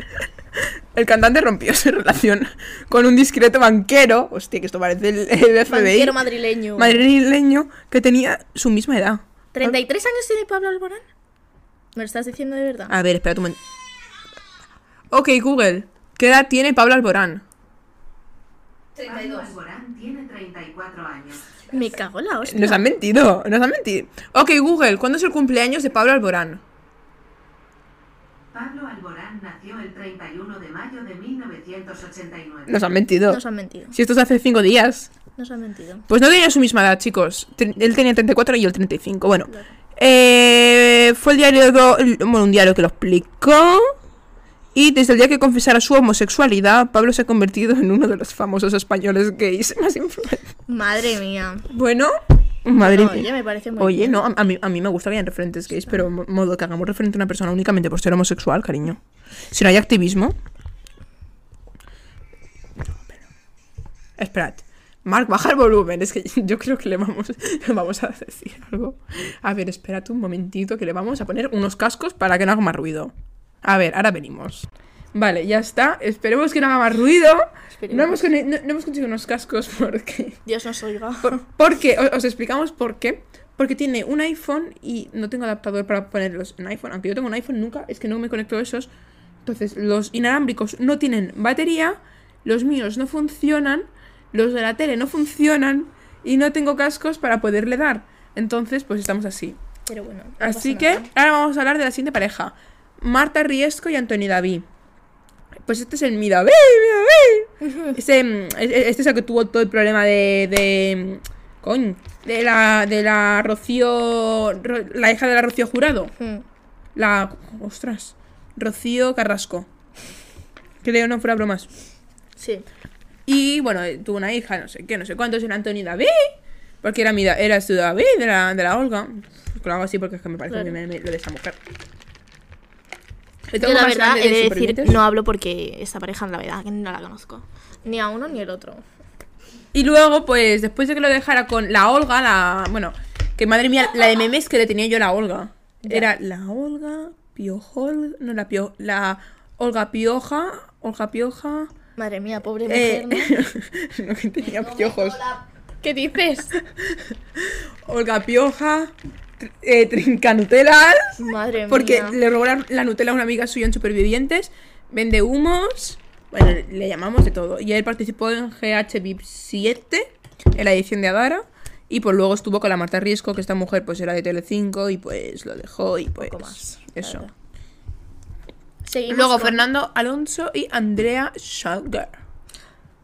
Speaker 1: el cantante, rompió su relación con un discreto banquero. Hostia, que esto parece el, el FBI.
Speaker 2: Banquero madrileño.
Speaker 1: madrileño que tenía su misma edad.
Speaker 2: ¿33 años tiene Pablo Alborán? ¿Me lo estás diciendo de verdad?
Speaker 1: A ver, espera un momento. Ok, Google, ¿qué edad tiene Pablo Alborán?
Speaker 4: 32.
Speaker 5: Pablo Alborán tiene 34 años.
Speaker 2: Me cago en la hostia.
Speaker 1: Nos han mentido, nos han mentido. Ok, Google, ¿cuándo es el cumpleaños de Pablo Alborán?
Speaker 5: Pablo Alborán nació el 31 de mayo de 1989.
Speaker 1: Nos han mentido.
Speaker 2: Nos han mentido.
Speaker 1: Si esto es de hace cinco días.
Speaker 2: Nos han mentido.
Speaker 1: Pues no tenía su misma edad, chicos. Tre- Él tenía 34 y yo el 35. Bueno, eh, fue el diario, do- el- bueno, un diario que lo explicó. Y desde el día que confesara su homosexualidad, Pablo se ha convertido en uno de los famosos españoles gays más influentes.
Speaker 2: Madre mía.
Speaker 1: Bueno, madre
Speaker 2: No,
Speaker 1: mía.
Speaker 2: oye, me parece muy
Speaker 1: Oye,
Speaker 2: bien.
Speaker 1: no, a, a mí, a mí me gusta que hayan referentes gays, pero mo- modo que hagamos referente a una persona únicamente por ser homosexual, cariño. Si no hay activismo. Esperad. Mark, baja el volumen. Es que yo creo que le vamos, le vamos a decir algo. A ver, esperad un momentito que le vamos a poner unos cascos para que no haga más ruido. A ver, ahora venimos. Vale, ya está. Esperemos que no haga más ruido. No hemos, con- no- no hemos conseguido unos cascos porque...
Speaker 2: Dios nos oiga.
Speaker 1: Por- Porque, o- os explicamos por qué. Porque tiene un iPhone y no tengo adaptador para ponerlos en iPhone. Aunque yo tengo un iPhone nunca, es que no me conecto a esos. Entonces, los inalámbricos no tienen batería, los míos no funcionan, los de la tele no funcionan y no tengo cascos para poderle dar. Entonces, pues estamos así.
Speaker 2: Pero bueno. no
Speaker 1: Así
Speaker 2: pasa
Speaker 1: que
Speaker 2: nada.
Speaker 1: ahora vamos a hablar de la siguiente pareja. Marta Riesco y Antonio David. Pues este es el mi David, mi David. Este, mm, es- es- este es el que tuvo todo el problema de... de mm, coño, de la, de la Rocío... Ro- la hija de la Rocío Jurado.
Speaker 2: Mm.
Speaker 1: La... Ostras. Rocío Carrasco. Creo, no fuera bromas.
Speaker 2: Sí.
Speaker 1: Y bueno, eh, tuvo una hija, no sé qué, no sé cuántos, era Antonio David. Porque era, mi, Da- era su David de la, de la Olga. Lo hago así porque es que me parece
Speaker 2: Claro.
Speaker 1: muy meme lo de esa mujer.
Speaker 2: Yo la verdad he de decir, no hablo porque esta pareja, la verdad, que no la conozco. Ni a uno ni el otro.
Speaker 1: Y luego, pues, después de que lo dejara con la Olga, la. Bueno, que madre mía, la de memes que le tenía yo a la Olga. Era la Olga, Piojol. No, la Pio. La Olga Pioja. Olga Pioja.
Speaker 2: Madre mía, pobre
Speaker 1: Eh,
Speaker 2: mujer, ¿no?
Speaker 1: no, que tenía piojos.
Speaker 2: ¿Qué dices?
Speaker 1: Olga Pioja, tr- eh, Trincanutelas,
Speaker 2: Madre
Speaker 1: porque
Speaker 2: mía.
Speaker 1: le robó la, la Nutella a una amiga suya en Supervivientes, vende humos, bueno, le llamamos de todo. Y él participó en GH VIP 7, en la edición de Adara, Y pues luego estuvo con la Marta Riesco, que esta mujer pues era de Telecinco y pues lo dejó y pues...
Speaker 2: poco más. la
Speaker 1: eso.
Speaker 2: verdad. Seguimos
Speaker 1: Luego
Speaker 2: con-
Speaker 1: Fernando Alonso y Andrea Schauger.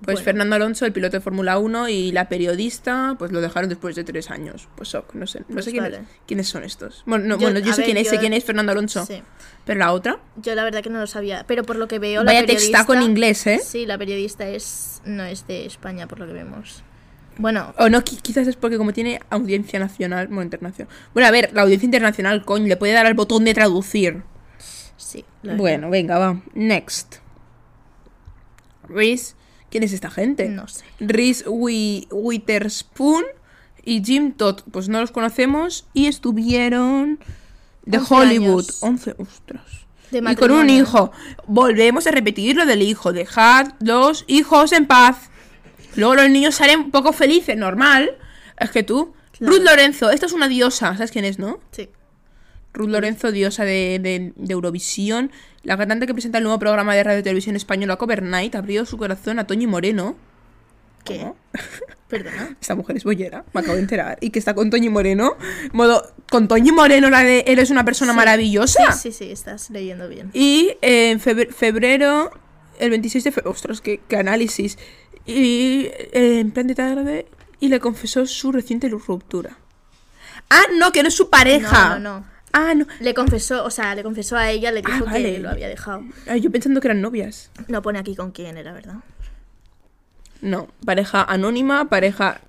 Speaker 1: Pues
Speaker 2: Bueno.
Speaker 1: Fernando Alonso, el piloto de Fórmula 1 y la periodista, pues lo dejaron después de tres años. Pues shock, no sé, no
Speaker 2: Pues
Speaker 1: sé quién-
Speaker 2: vale.
Speaker 1: quiénes son estos. Bueno, no,
Speaker 2: Yo-
Speaker 1: bueno, yo
Speaker 2: a
Speaker 1: sé
Speaker 2: ver,
Speaker 1: quién es, sé
Speaker 2: yo-
Speaker 1: quién es Fernando Alonso.
Speaker 2: Sí.
Speaker 1: Pero la otra,
Speaker 2: Yo la verdad que no lo sabía, pero por lo que veo la
Speaker 1: vaya
Speaker 2: periodista...
Speaker 1: textaco en inglés, ¿eh?
Speaker 2: Sí, la periodista es no es de España por lo que vemos. Bueno,
Speaker 1: O no, qui- quizás es porque como tiene audiencia nacional, bueno, internacional. Bueno, a ver, la audiencia internacional, coño, le puede dar al botón de traducir.
Speaker 2: sí. la verdad.
Speaker 1: Bueno, venga, va. Next. Reese. ¿Quién es esta gente?
Speaker 2: No sé.
Speaker 1: Reese Wi- Witherspoon y Jim Todd. Pues no los conocemos y estuvieron de
Speaker 2: 11
Speaker 1: Hollywood.
Speaker 2: años.
Speaker 1: 11, ostras.
Speaker 2: De
Speaker 1: y con un
Speaker 2: matrimonio.
Speaker 1: hijo. Volvemos a repetir lo del hijo. Dejad los hijos en paz. Luego los niños salen un poco felices, normal. Es que tú.
Speaker 2: Claro.
Speaker 1: Ruth Lorenzo, esta es una diosa. ¿Sabes quién es, no?
Speaker 2: Sí.
Speaker 1: Ruth Lorenzo, diosa de, de- de Eurovisión, la cantante que presenta el nuevo programa de radio y televisión española Cover Night, abrió su corazón a Toñi Moreno.
Speaker 2: ¿Qué?
Speaker 1: ¿Cómo?
Speaker 2: Perdona.
Speaker 1: Esta mujer es bollera, me acabo de enterar. Y que está con Toñi Moreno. Modo, con Toñi Moreno, la de Eres una persona
Speaker 2: Sí.
Speaker 1: maravillosa.
Speaker 2: Sí, sí, sí, estás leyendo bien.
Speaker 1: Y eh, en febr- febrero, el 26 de febrero, ostras, qué, qué análisis. Y eh, en plan de tarde, y le confesó su reciente ruptura. Ah, no, que no es su pareja.
Speaker 2: No, no, no.
Speaker 1: Ah, no.
Speaker 2: Le confesó, o sea, le confesó a ella, le
Speaker 1: Ah,
Speaker 2: dijo
Speaker 1: vale.
Speaker 2: que lo había dejado.
Speaker 1: Ah, yo pensando que eran novias.
Speaker 2: No pone aquí con quién era, ¿verdad?
Speaker 1: No, pareja anónima, pareja.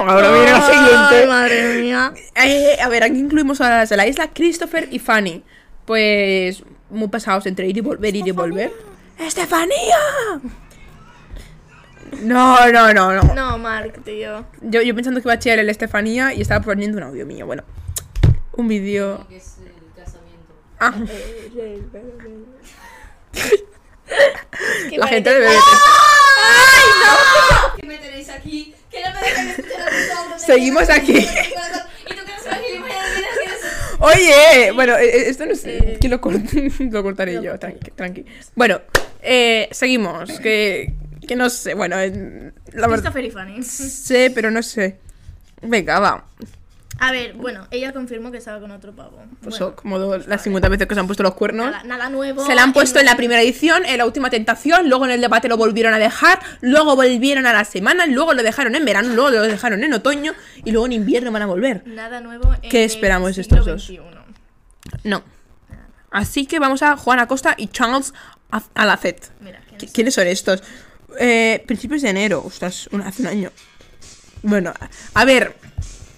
Speaker 1: Ahora viene la siguiente.
Speaker 2: madre mía.
Speaker 1: Eh, a ver, aquí incluimos a las de la isla Christopher y Fanny. Pues muy pasados entre ir y volver, ir y volver. ¡Estefanía! No, no, no, no.
Speaker 2: No, Mark, tío.
Speaker 1: Yo, yo pensando que iba a chillar el Estefanía y estaba poniendo un audio mío. Bueno, un vídeo.
Speaker 4: Que es el casamiento.
Speaker 1: Ah,
Speaker 2: Que
Speaker 1: la
Speaker 2: parece-
Speaker 1: gente debe.
Speaker 4: ¿Qué me tenéis aquí? Que no me dejan escuchar a mis
Speaker 1: Seguimos aquí.
Speaker 4: Y tú que no sabes que le voy a decir así es-
Speaker 1: Oye, bueno, eh, eh, esto no sé.
Speaker 2: Eh,
Speaker 1: que lo, cort- lo cortaré
Speaker 2: lo
Speaker 1: yo,
Speaker 2: cortaré.
Speaker 1: tranqui, tranqui. Bueno, eh, seguimos. Que, que no sé, bueno, eh, la verdad.
Speaker 2: Christopher y Fanny.
Speaker 1: Sé, pero no sé. Venga, va.
Speaker 2: A ver, bueno, ella confirmó que estaba con otro pavo.
Speaker 1: Pues
Speaker 2: Bueno,
Speaker 1: oh, como do- las 50 veces que se han puesto los cuernos.
Speaker 2: nada, nada nuevo.
Speaker 1: Se la han puesto en la primera edición, en la última tentación, luego en el debate lo volvieron a dejar, luego volvieron a la semana, luego lo dejaron en verano, luego lo dejaron en otoño y luego en invierno van a volver.
Speaker 2: Nada nuevo. En
Speaker 1: ¿Qué
Speaker 2: el
Speaker 1: esperamos
Speaker 2: siglo
Speaker 1: estos dos?
Speaker 2: XXI.
Speaker 1: No. Así que vamos a Juan Acosta y Charles Az- Alacet.
Speaker 2: Mira, ¿quién
Speaker 1: ¿Qui-
Speaker 2: es?
Speaker 1: ¿Quiénes son estos? Eh, principios de enero, ostras, un- hace un año. Bueno, a- a ver.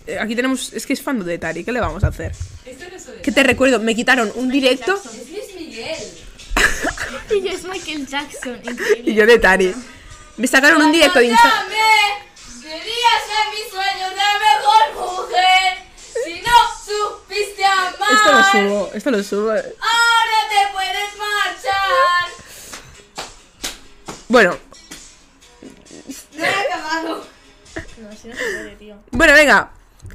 Speaker 1: eh, Aquí tenemos. Es que es fan de Tari, ¿qué le vamos a hacer?
Speaker 4: Esto no es
Speaker 1: Que te recuerdo, me quitaron un directo
Speaker 4: Es Luis Miguel.
Speaker 2: Y yo es Michael Jackson, increíble.
Speaker 1: y yo de Tari. Me sacaron un directo de Instagram.
Speaker 4: Perdóname, Querías ser mi sueño de mejor mujer. Si no supiste amar,
Speaker 1: Esto lo subo, esto lo subo.
Speaker 4: ahora te puedes marchar.
Speaker 1: Bueno,
Speaker 4: No he acabado.
Speaker 2: No, así no se puede, tío.
Speaker 1: bueno, venga.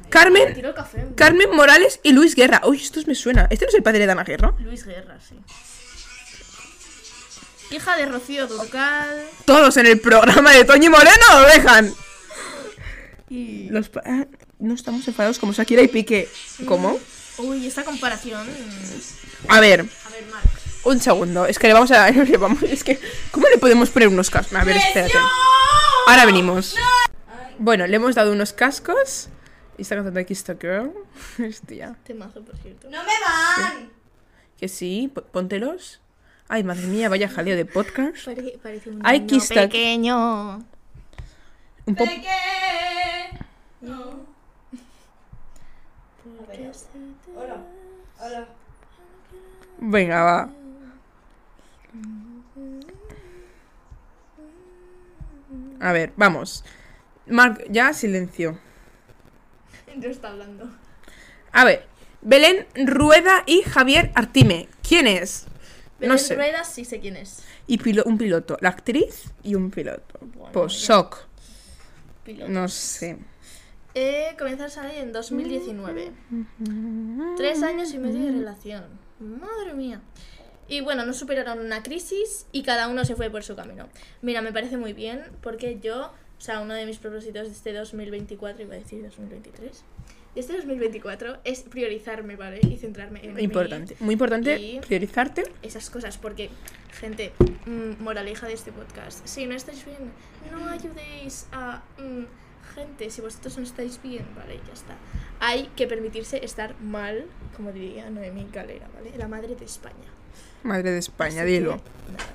Speaker 1: Carmen,
Speaker 2: Tiro el café.
Speaker 1: Carmen Morales y Luis Guerra. Uy, estos me suena. Este no es el padre de Dana Guerra.
Speaker 2: Luis Guerra, sí. Hija de Rocío Durcal.
Speaker 1: Todos en el programa de Toño Moreno lo dejan.
Speaker 2: Y...
Speaker 1: Los pa- ah, no estamos enfadados como Shakira y Piqué. ¿Cómo?
Speaker 2: Uy, esta comparación. mm,
Speaker 1: A ver,
Speaker 2: A ver, Mark.
Speaker 1: un segundo. Es que le vamos a. le vamos- es que. ¿Cómo le podemos poner unos cascos? A ver, espérate. Ahora venimos. Bueno, le hemos dado unos cascos. Y está cantando aquí esta girl. Hostia.
Speaker 2: Temazo, por cierto.
Speaker 4: No me van.
Speaker 1: Que sí, po- póntelos. Ay, madre mía, vaya jaleo de podcast.
Speaker 2: Pare- parece un
Speaker 1: Ay,
Speaker 2: niño
Speaker 1: Kista.
Speaker 2: pequeño.
Speaker 1: Un poco.
Speaker 4: Pequé. No. Hola. Hola.
Speaker 1: Venga, va. A ver, vamos. Marc, ya silencio.
Speaker 2: No está hablando.
Speaker 1: A ver, Belén Rueda y Javier Artime. ¿Quién es?
Speaker 2: Belén
Speaker 1: no sé.
Speaker 2: Rueda sí sé quién es.
Speaker 1: Y pilo- un piloto. La actriz y un piloto.
Speaker 2: Bueno,
Speaker 1: Pues
Speaker 2: ya.
Speaker 1: shock.
Speaker 2: Piloto.
Speaker 1: No sé.
Speaker 2: Eh, comenzó a salir en 2019. Tres años y medio de relación. Madre mía. Y bueno, no superaron una crisis y cada uno se fue por su camino. Mira, me parece muy bien porque yo O sea, uno de mis propósitos de este 2024, iba a decir 2023, de este 2024 es priorizarme, ¿vale? Y centrarme en mí,
Speaker 1: Importante. Muy importante
Speaker 2: Y-
Speaker 1: priorizarte.
Speaker 2: esas cosas, porque, gente, mm, moraleja de este podcast, si no estáis bien, no ayudéis a mm, gente, si vosotros no estáis bien, vale, ya está. Hay que permitirse estar mal, como diría Noemí Galera, ¿vale? La madre de España.
Speaker 1: Madre de España,
Speaker 2: Así
Speaker 1: dilo.
Speaker 2: que, nada.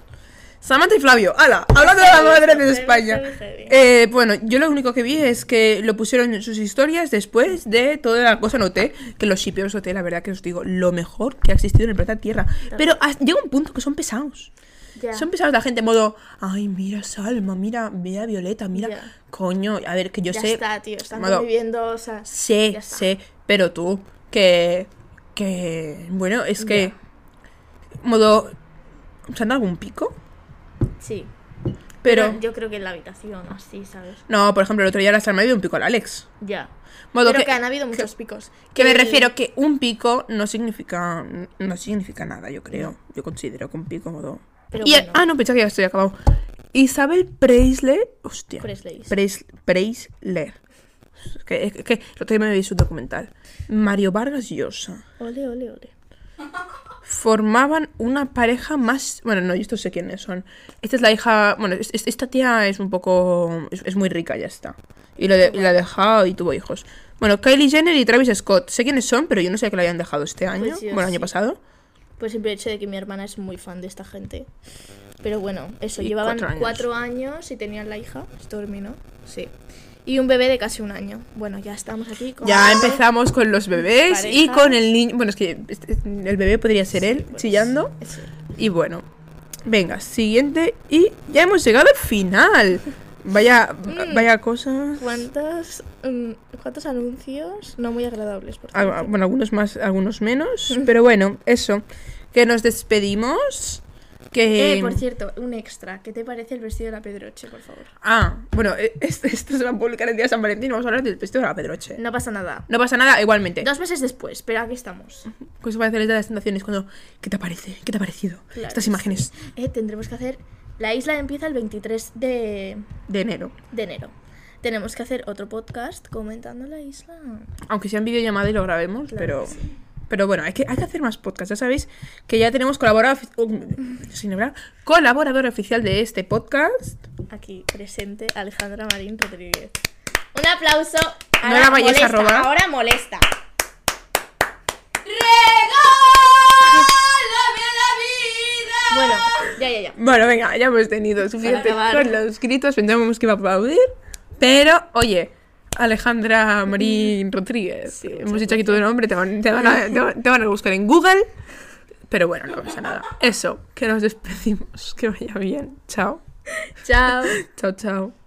Speaker 1: Samantha y Flavio, hala, hablando de la madre de
Speaker 2: heavy,
Speaker 1: España.
Speaker 2: heavy, heavy.
Speaker 1: Eh, bueno, yo lo único que vi es que lo pusieron en sus historias después de toda la cosa noté que los shipeos OT, la verdad que os digo, lo mejor que ha existido en el planeta Tierra. Pero has- llega un punto que son pesados.
Speaker 2: Ya.
Speaker 1: Son pesados la gente en modo, ay, mira Salma, mira, mira ah, Violeta, mira,
Speaker 2: Ya.
Speaker 1: coño, a ver, que yo
Speaker 2: ya
Speaker 1: sé.
Speaker 2: está, tío, están
Speaker 1: modo,
Speaker 2: conviviendo, o sea,
Speaker 1: Sí,
Speaker 2: ya está.
Speaker 1: sí, pero tú, que. que. bueno, es que. modo. ¿Se han dado algún pico?
Speaker 2: Sí.
Speaker 1: Pero.
Speaker 2: yo creo que en la habitación, así, ¿sabes?
Speaker 1: No, por ejemplo, el otro día la Salma le dio un pico al Alex.
Speaker 2: Ya.
Speaker 1: Modo
Speaker 2: Pero
Speaker 1: que-
Speaker 2: que, han habido muchos picos.
Speaker 1: Que me
Speaker 2: el-
Speaker 1: refiero que un pico no significa no significa nada, yo creo. Yo considero que un pico modo.
Speaker 2: Pero
Speaker 1: Y-
Speaker 2: bueno.
Speaker 1: Ah, no, pensaba que ya estoy acabado. Isabel Preisler. Hostia.
Speaker 2: Presley.
Speaker 1: Preis- Preisler. Es que, es que el otro día me vi su documental. Mario Vargas Llosa.
Speaker 2: Ole, ole, ole.
Speaker 1: Formaban una pareja más. Bueno, no, yo esto sé quiénes son. Esta es la hija. Bueno, es- es- esta tía es un poco. Es, es muy rica, ya está. Y la, de- y la ha dejado y tuvo hijos. Bueno, Kylie Jenner y Travis Scott. Sé quiénes son, pero yo no sé que la habían dejado este año.
Speaker 2: Pues yo
Speaker 1: bueno, año
Speaker 2: sí.
Speaker 1: pasado.
Speaker 2: Por el simple hecho de que mi hermana es muy fan de esta gente. Pero bueno, eso,
Speaker 1: Y
Speaker 2: llevaban
Speaker 1: cuatro
Speaker 2: cuatro
Speaker 1: años.
Speaker 2: años. y tenían la hija, Stormy, ¿no? Sí. Y un bebé de casi un año. Bueno, ya estamos aquí con...
Speaker 1: Ya empezamos con los bebés y
Speaker 2: Parejas.
Speaker 1: con el niño. Bueno, es que este- el bebé podría ser él
Speaker 2: Pues,
Speaker 1: chillando.
Speaker 2: sí.
Speaker 1: Y bueno, venga, siguiente. Y ya hemos llegado al final. Vaya, Ah, vaya cosas.
Speaker 2: Mm, ¿Cuántas, mm, ¿Cuántos anuncios no muy agradables? Por
Speaker 1: Al-
Speaker 2: cierto.
Speaker 1: bueno, algunos más, algunos menos. Pero bueno, eso. Que nos despedimos. Que.
Speaker 2: Eh, por cierto, un extra. ¿Qué te parece el vestido de la Pedroche, por favor?
Speaker 1: ah, bueno, e- es- esto se va a publicar el día de San Valentín. Vamos a hablar del vestido de la Pedroche. No,
Speaker 2: No pasa nada.
Speaker 1: pasa nada, igualmente. Pues
Speaker 2: Dos meses después, pero aquí estamos.
Speaker 1: ¿Qué os parece la isla de las tentaciones? Cuando, ¿Qué te parece? ¿Qué te ha parecido?
Speaker 2: Claro que
Speaker 1: Estas
Speaker 2: sí.
Speaker 1: imágenes
Speaker 2: Eh, tendremos que hacer... La isla empieza el 23 de,
Speaker 1: de enero.
Speaker 2: de enero. Tenemos que hacer otro podcast comentando la isla.
Speaker 1: Aunque sea en videollamada y lo grabemos,
Speaker 2: Claro
Speaker 1: pero.
Speaker 2: que sí.
Speaker 1: Pero bueno, hay que, hay que hacer más podcasts. Ya sabéis que ya tenemos colaborador, ofi- um, sin hablar, colaborador oficial de este podcast.
Speaker 2: Aquí presente Alejandra Marín Rodríguez. Un aplauso.
Speaker 1: No la vayáis a
Speaker 2: molesta,
Speaker 1: robar.
Speaker 2: Ahora molesta.
Speaker 4: ¡Regálame la vida!
Speaker 2: Bueno, ya, ya, ya.
Speaker 1: Bueno, venga, ya hemos tenido suficiente
Speaker 2: acabar.
Speaker 1: con los gritos. Pensábamos que iba a aplaudir. Pero, oye, Alejandra Marín Rodríguez. hemos dicho aquí tu nombre, te van, te van a, te van- te van a buscar en Google. Pero bueno, no pasa nada. Eso, que nos despedimos. Que vaya bien. Chao.
Speaker 2: Chao.
Speaker 1: Chao, chao.